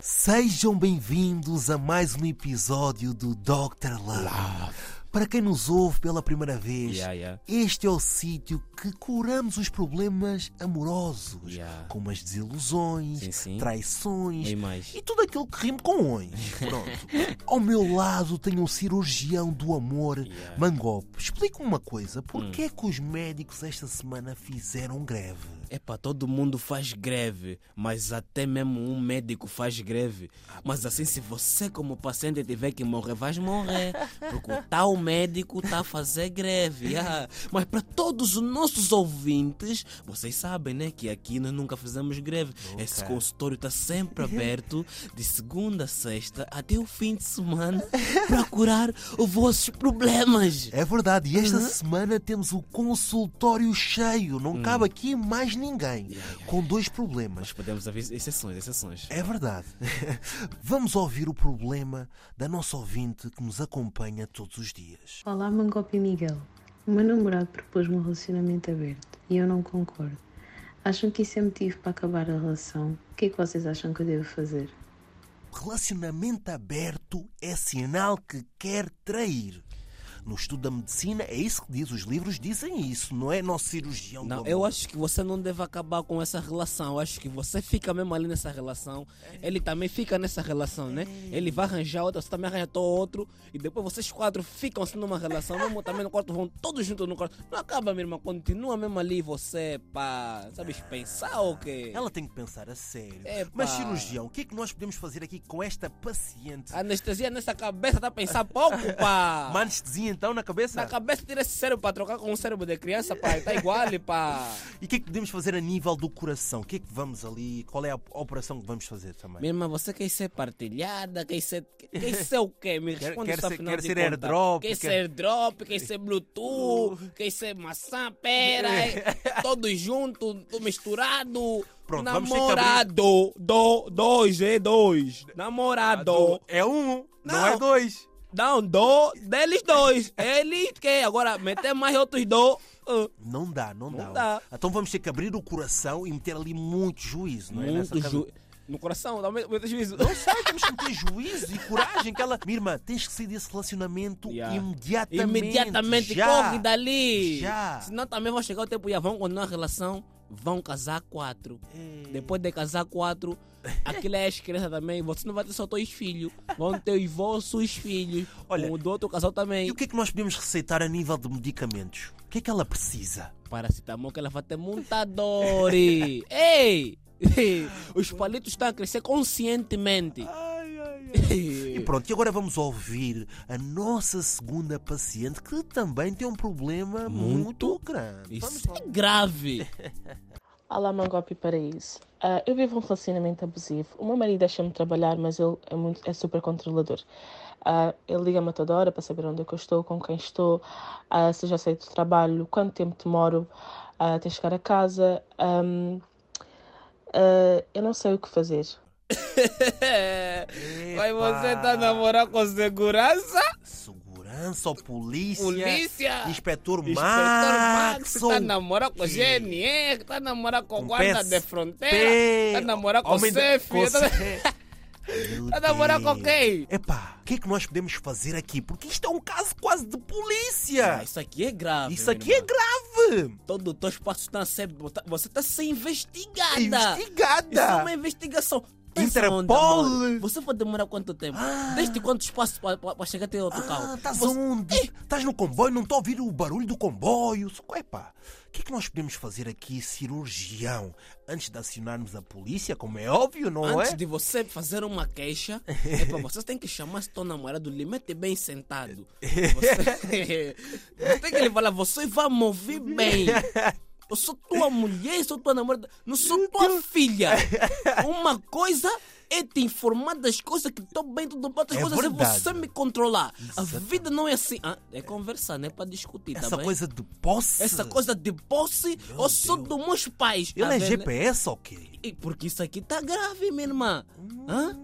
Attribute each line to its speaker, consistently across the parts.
Speaker 1: Sejam bem-vindos a mais um episódio do Dr. Love. Para quem nos ouve pela primeira vez,
Speaker 2: Yeah, yeah.
Speaker 1: este é o sítio que curamos os problemas amorosos,
Speaker 2: Yeah.
Speaker 1: como as desilusões,
Speaker 2: Sim, sim.
Speaker 1: traições
Speaker 2: E mais.
Speaker 1: e tudo aquilo que rime comões. Pronto. Ao meu lado tem um cirurgião do amor,
Speaker 2: Yeah. Hum.
Speaker 1: Mangop. Explica-me uma coisa, porquê é que os médicos esta semana fizeram greve?
Speaker 2: Epá, todo mundo faz greve, mas até mesmo um médico faz greve. Mas assim, se você como paciente tiver que morrer, vais morrer. Porque o tal médico está a fazer greve. ah. Mas para todos os nossos ouvintes, vocês sabem, né? Que aqui nós nunca fizemos greve. Esse consultório está sempre aberto de segunda a sexta até o fim de semana para curar os vossos problemas.
Speaker 1: É verdade, e
Speaker 2: Uhum.
Speaker 1: esta semana temos o consultório cheio,
Speaker 2: Hum.
Speaker 1: não cabe aqui mais ninguém, com dois problemas.
Speaker 2: Podemos haver exceções, exceções.
Speaker 1: É verdade. Vamos ouvir o problema da nossa ouvinte que nos acompanha todos os dias.
Speaker 3: Olá, Mangop e Miguel. O meu namorado propôs-me um relacionamento aberto e eu não concordo. Acham que isso é motivo para acabar a relação? O que é que vocês acham que eu devo fazer?
Speaker 1: Relacionamento aberto é sinal que quer trair. No estudo da medicina é isso que diz, os livros dizem isso, não é nosso cirurgião.
Speaker 2: Não,
Speaker 1: do
Speaker 2: eu
Speaker 1: amor.
Speaker 2: acho que você não deve acabar com essa relação. Eu acho que você fica mesmo ali nessa relação. Ele também fica nessa relação, né? Ele vai arranjar outra, você também arranja to- outro. E depois vocês quatro ficam-se numa relação. Mesmo também no quarto, vão todos juntos no quarto. Não acaba, minha irmã. Continua mesmo ali você, pá. Sabes pensar ou quê? É,
Speaker 1: Ela tem que pensar a sério.
Speaker 2: Epá.
Speaker 1: Mas, cirurgião, o que é que nós podemos fazer aqui com esta paciente?
Speaker 2: A anestesia nessa cabeça tá a pensar pouco, pá.
Speaker 1: Uma anestesia então na cabeça?
Speaker 2: Na cabeça tira esse cérebro pra trocar com um cérebro de criança, pá. Tá igual, pá.
Speaker 1: E o que é que podemos fazer a nível do coração? O que é que vamos ali? Qual é a operação que vamos fazer também?
Speaker 2: Minha irmã, você quer ser partilhada? Quer ser, quer ser o quê? Me
Speaker 1: Quer-
Speaker 2: responde
Speaker 1: quer
Speaker 2: isso
Speaker 1: ser-
Speaker 2: afinal
Speaker 1: quer
Speaker 2: de
Speaker 1: ser
Speaker 2: contas.
Speaker 1: airdrop,
Speaker 2: Quer ser
Speaker 1: quer-
Speaker 2: airdrop, quer ser bluetooth, quer ser maçã, pera,
Speaker 1: É.
Speaker 2: é. todos juntos, tudo misturado.
Speaker 1: Pronto, vamos ter que abrir-
Speaker 2: namorado, do, dois, é dois. Namorado.
Speaker 1: É um, não,
Speaker 2: Não.
Speaker 1: é dois.
Speaker 2: Não, do, deles dois. Eles quer agora meter mais outros do. ah.
Speaker 1: Não dá, não,
Speaker 2: Não dá.
Speaker 1: Então vamos ter que abrir o coração e meter ali muito juízo, não é?
Speaker 2: Muito
Speaker 1: Nessa
Speaker 2: ju... No coração, dá muito muito juízo.
Speaker 1: Não sei, temos que meter juízo e coragem. Que ela... Minha irmã, tens que sair desse relacionamento
Speaker 2: Yeah.
Speaker 1: imediatamente.
Speaker 2: Imediatamente
Speaker 1: já.
Speaker 2: corre dali.
Speaker 1: Já.
Speaker 2: Senão também vai chegar o tempo e vão continuar a relação, vão casar quatro. Depois de casar quatro, aquilo é as crianças também. Você não vai ter só dois filhos, vão ter os vossos filhos.
Speaker 1: Olha,
Speaker 2: Olha, o do outro casal também.
Speaker 1: E o que é que nós podemos receitar a nível de medicamentos? O que é que ela precisa?
Speaker 2: Paracetamol que ela vai ter montadores. Ei! Os palitos estão a crescer conscientemente.
Speaker 1: Ah, E pronto, e agora vamos ouvir a nossa segunda paciente que também tem um problema muito,
Speaker 2: Muito.
Speaker 1: grande. Vamos
Speaker 2: Isso é grave.
Speaker 4: Olá, Mangop e Paraíso. Ah, eu vivo um relacionamento abusivo. O meu marido deixa-me trabalhar, mas ele é, muito, é super controlador. Ah, ele liga-me a toda hora para saber onde é que eu estou, com quem estou, ah, se já saí do trabalho, quanto tempo demoro ah, até chegar a casa. Ahm, ah, eu não sei o que fazer.
Speaker 2: É. Mas você tá
Speaker 1: Epa.
Speaker 2: está a namorar com segurança?
Speaker 1: Segurança ou polícia?
Speaker 2: Polícia!
Speaker 1: Inspetor,
Speaker 2: Inspetor Max tá
Speaker 1: ou
Speaker 2: está namorado com
Speaker 1: quê?
Speaker 2: GNR, está namorado tá com,
Speaker 1: Com
Speaker 2: guarda
Speaker 1: PS-
Speaker 2: de
Speaker 1: P-
Speaker 2: fronteira, está namorado tá com
Speaker 1: Homem de-
Speaker 2: CEF,
Speaker 1: com
Speaker 2: tá-
Speaker 1: CEF. Meu
Speaker 2: Tá namorando
Speaker 1: Deus.
Speaker 2: com quem?
Speaker 1: Epá, o que é que nós podemos fazer aqui? Porque isto é um caso quase de polícia.
Speaker 2: Ah, isso aqui é grave.
Speaker 1: Isso aqui
Speaker 2: meu
Speaker 1: é
Speaker 2: irmão.
Speaker 1: grave.
Speaker 2: Todo o teu espaço está a ser. Você está a ser investigada. Isso é
Speaker 1: Investigada.
Speaker 2: uma investigação.
Speaker 1: Interpol.
Speaker 2: Pensa onde, amor. Você vai demorar quanto tempo?
Speaker 1: Ah.
Speaker 2: Desde quanto espaço para chegar até outro
Speaker 1: Ah,
Speaker 2: carro?
Speaker 1: estás
Speaker 2: Você-
Speaker 1: onde? Estás no comboio, não estou a ouvir o barulho do comboio. Socorro, Epá, o que é que nós podemos fazer aqui, cirurgião? Antes de acionarmos a polícia, como é óbvio, não
Speaker 2: Antes
Speaker 1: é?
Speaker 2: de você fazer uma queixa, é pra você tem que chamar seu namorado, lhe mete bem sentado. Você, você tem que lhe falar, você vai me ouvir bem. Eu sou tua mulher, sou tua namorada, não sou tua filha. Uma coisa é te informar das coisas que estão bem, tudo bem, outras
Speaker 1: É
Speaker 2: coisas
Speaker 1: verdade.
Speaker 2: é você me controlar. A
Speaker 1: Exatamente.
Speaker 2: vida não é assim. Ah, é conversar, não é para discutir,
Speaker 1: Essa
Speaker 2: tá bem?
Speaker 1: coisa assim. de posse.
Speaker 2: Essa coisa de posse, eu sou dos meus pais.
Speaker 1: Ele
Speaker 2: tá
Speaker 1: é
Speaker 2: vendo?
Speaker 1: GPS ou quê?
Speaker 2: E porque isso aqui tá grave, minha irmã. Hã?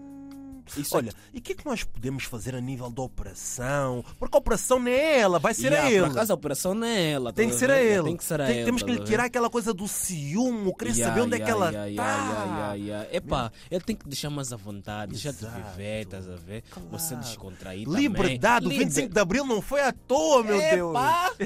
Speaker 2: Isso
Speaker 1: Olha, e o que é que nós podemos fazer a nível da operação? Porque a operação não é ela, vai ser
Speaker 2: Yeah,
Speaker 1: a
Speaker 2: Por
Speaker 1: ele.
Speaker 2: acaso a operação não é ela.
Speaker 1: Tem que
Speaker 2: tá
Speaker 1: ser
Speaker 2: a
Speaker 1: a
Speaker 2: ver?
Speaker 1: ele.
Speaker 2: Tem que ser a
Speaker 1: Tem-
Speaker 2: ele,
Speaker 1: temos que
Speaker 2: tá
Speaker 1: lhe
Speaker 2: a ver?
Speaker 1: tirar aquela coisa do ciúme, querer saber onde é que ela está.
Speaker 2: Epá, ele tem que deixar mais à vontade, deixar te
Speaker 1: Exato.
Speaker 2: viver, estás a ver? Você descontrair também.
Speaker 1: Liberdade, o
Speaker 2: Liber-
Speaker 1: 25 de Abril não foi à toa, meu Deus.
Speaker 2: Epá! O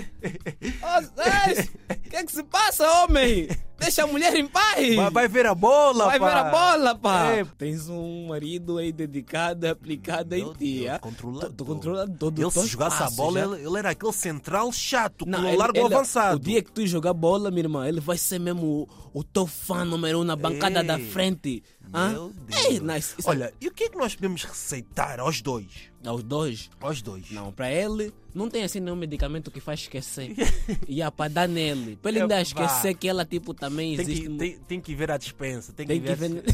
Speaker 2: que é que se passa, homem? Deixa a mulher em paz!
Speaker 1: Vai, vai ver a bola,
Speaker 2: Vai
Speaker 1: pá.
Speaker 2: ver a bola, pá!
Speaker 1: É.
Speaker 2: Tens um marido aí dedicado, aplicado
Speaker 1: Meu
Speaker 2: em ti.
Speaker 1: Deus,
Speaker 2: ah?
Speaker 1: controlador.
Speaker 2: Tu- tu controla todo
Speaker 1: Ele
Speaker 2: os teus
Speaker 1: se jogasse a
Speaker 2: passos,
Speaker 1: bola,
Speaker 2: já.
Speaker 1: ele, ele era aquele central chato, com o
Speaker 2: ele-
Speaker 1: largo
Speaker 2: ele-
Speaker 1: avançado.
Speaker 2: O dia que tu jogar bola, minha irmã, ele vai ser mesmo o, o teu fã número um na bancada
Speaker 1: Ei,
Speaker 2: da frente. Hã?
Speaker 1: Meu Deus.
Speaker 2: Ei, nice. Isso-
Speaker 1: Olha, e o que é que nós podemos receitar aos dois?
Speaker 2: aos dois.
Speaker 1: Aos dois.
Speaker 2: Não, para ele, não tem assim nenhum medicamento que faz esquecer. e é para dar nele. Para ele
Speaker 1: Epá.
Speaker 2: ainda esquecer que ela, tipo, também
Speaker 1: Tem
Speaker 2: existe.
Speaker 1: que, tem, tem que ver a dispensa. Tem,
Speaker 2: Tem
Speaker 1: que
Speaker 2: que
Speaker 1: ver. tem que-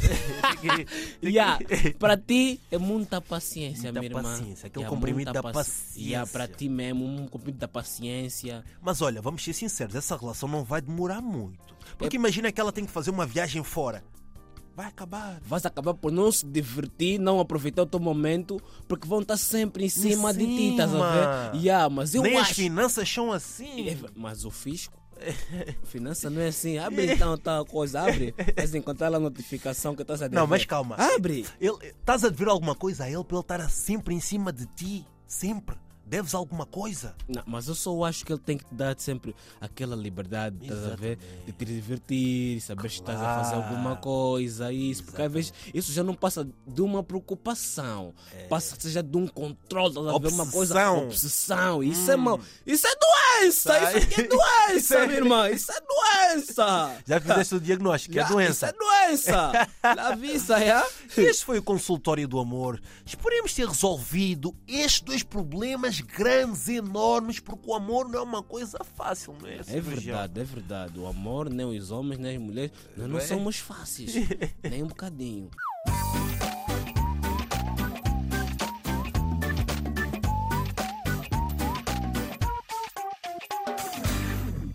Speaker 1: tem
Speaker 2: Yeah,
Speaker 1: que-
Speaker 2: para ti é muita paciência,
Speaker 1: Muita
Speaker 2: minha irmã.
Speaker 1: paciência, aquele
Speaker 2: Yeah,
Speaker 1: comprimido da
Speaker 2: muita paci- Yeah,
Speaker 1: paciência.
Speaker 2: para ti mesmo, um comprimido da paciência.
Speaker 1: Mas olha, vamos ser sinceros, essa relação não vai demorar muito.
Speaker 2: É-
Speaker 1: Porque imagina que ela tem que fazer uma viagem fora. Vai acabar.
Speaker 2: Vais acabar por não se divertir, não aproveitar o teu momento, porque vão estar sempre em cima, de ti, estás a
Speaker 1: cima.
Speaker 2: ver? Yeah, mas eu
Speaker 1: Nem as
Speaker 2: acho.
Speaker 1: finanças são assim.
Speaker 2: É, Mas o fisco? Finança não é assim. Abre então tal coisa, abre. Vais encontrar lá a notificação que estás a
Speaker 1: Não,
Speaker 2: dever.
Speaker 1: mas calma.
Speaker 2: Abre!
Speaker 1: Ele, estás a dever alguma coisa a ele para ele estar sempre em cima de ti? Sempre. Deves alguma coisa?
Speaker 2: Não, mas eu só acho que ele tem que te dar sempre aquela liberdade, estás a ver? De te divertir, saber se estás a fazer
Speaker 1: Claro.
Speaker 2: alguma coisa, isso. Porque às vezes isso já não passa de uma preocupação. Passa seja de um controle, estás a ver? Uma coisa.
Speaker 1: É. Obsessão.
Speaker 2: Obsessão. Isso é mal. Isso é doença!
Speaker 1: Sai.
Speaker 2: Isso aqui é
Speaker 1: Isso é-
Speaker 2: doença, minha irmã! Isso é doença!
Speaker 1: Já fizeste o diagnóstico, é a
Speaker 2: Já, Isso é
Speaker 1: doença.
Speaker 2: doença! La vista, já?
Speaker 1: Este foi o consultório do amor. Esperemos ter resolvido estes dois problemas grandes, enormes, porque o amor não é uma coisa fácil, não é?
Speaker 2: É
Speaker 1: cirurgião?
Speaker 2: verdade, é verdade. O amor, nem os homens, nem as mulheres, nós não
Speaker 1: é?
Speaker 2: somos fáceis. nem um bocadinho.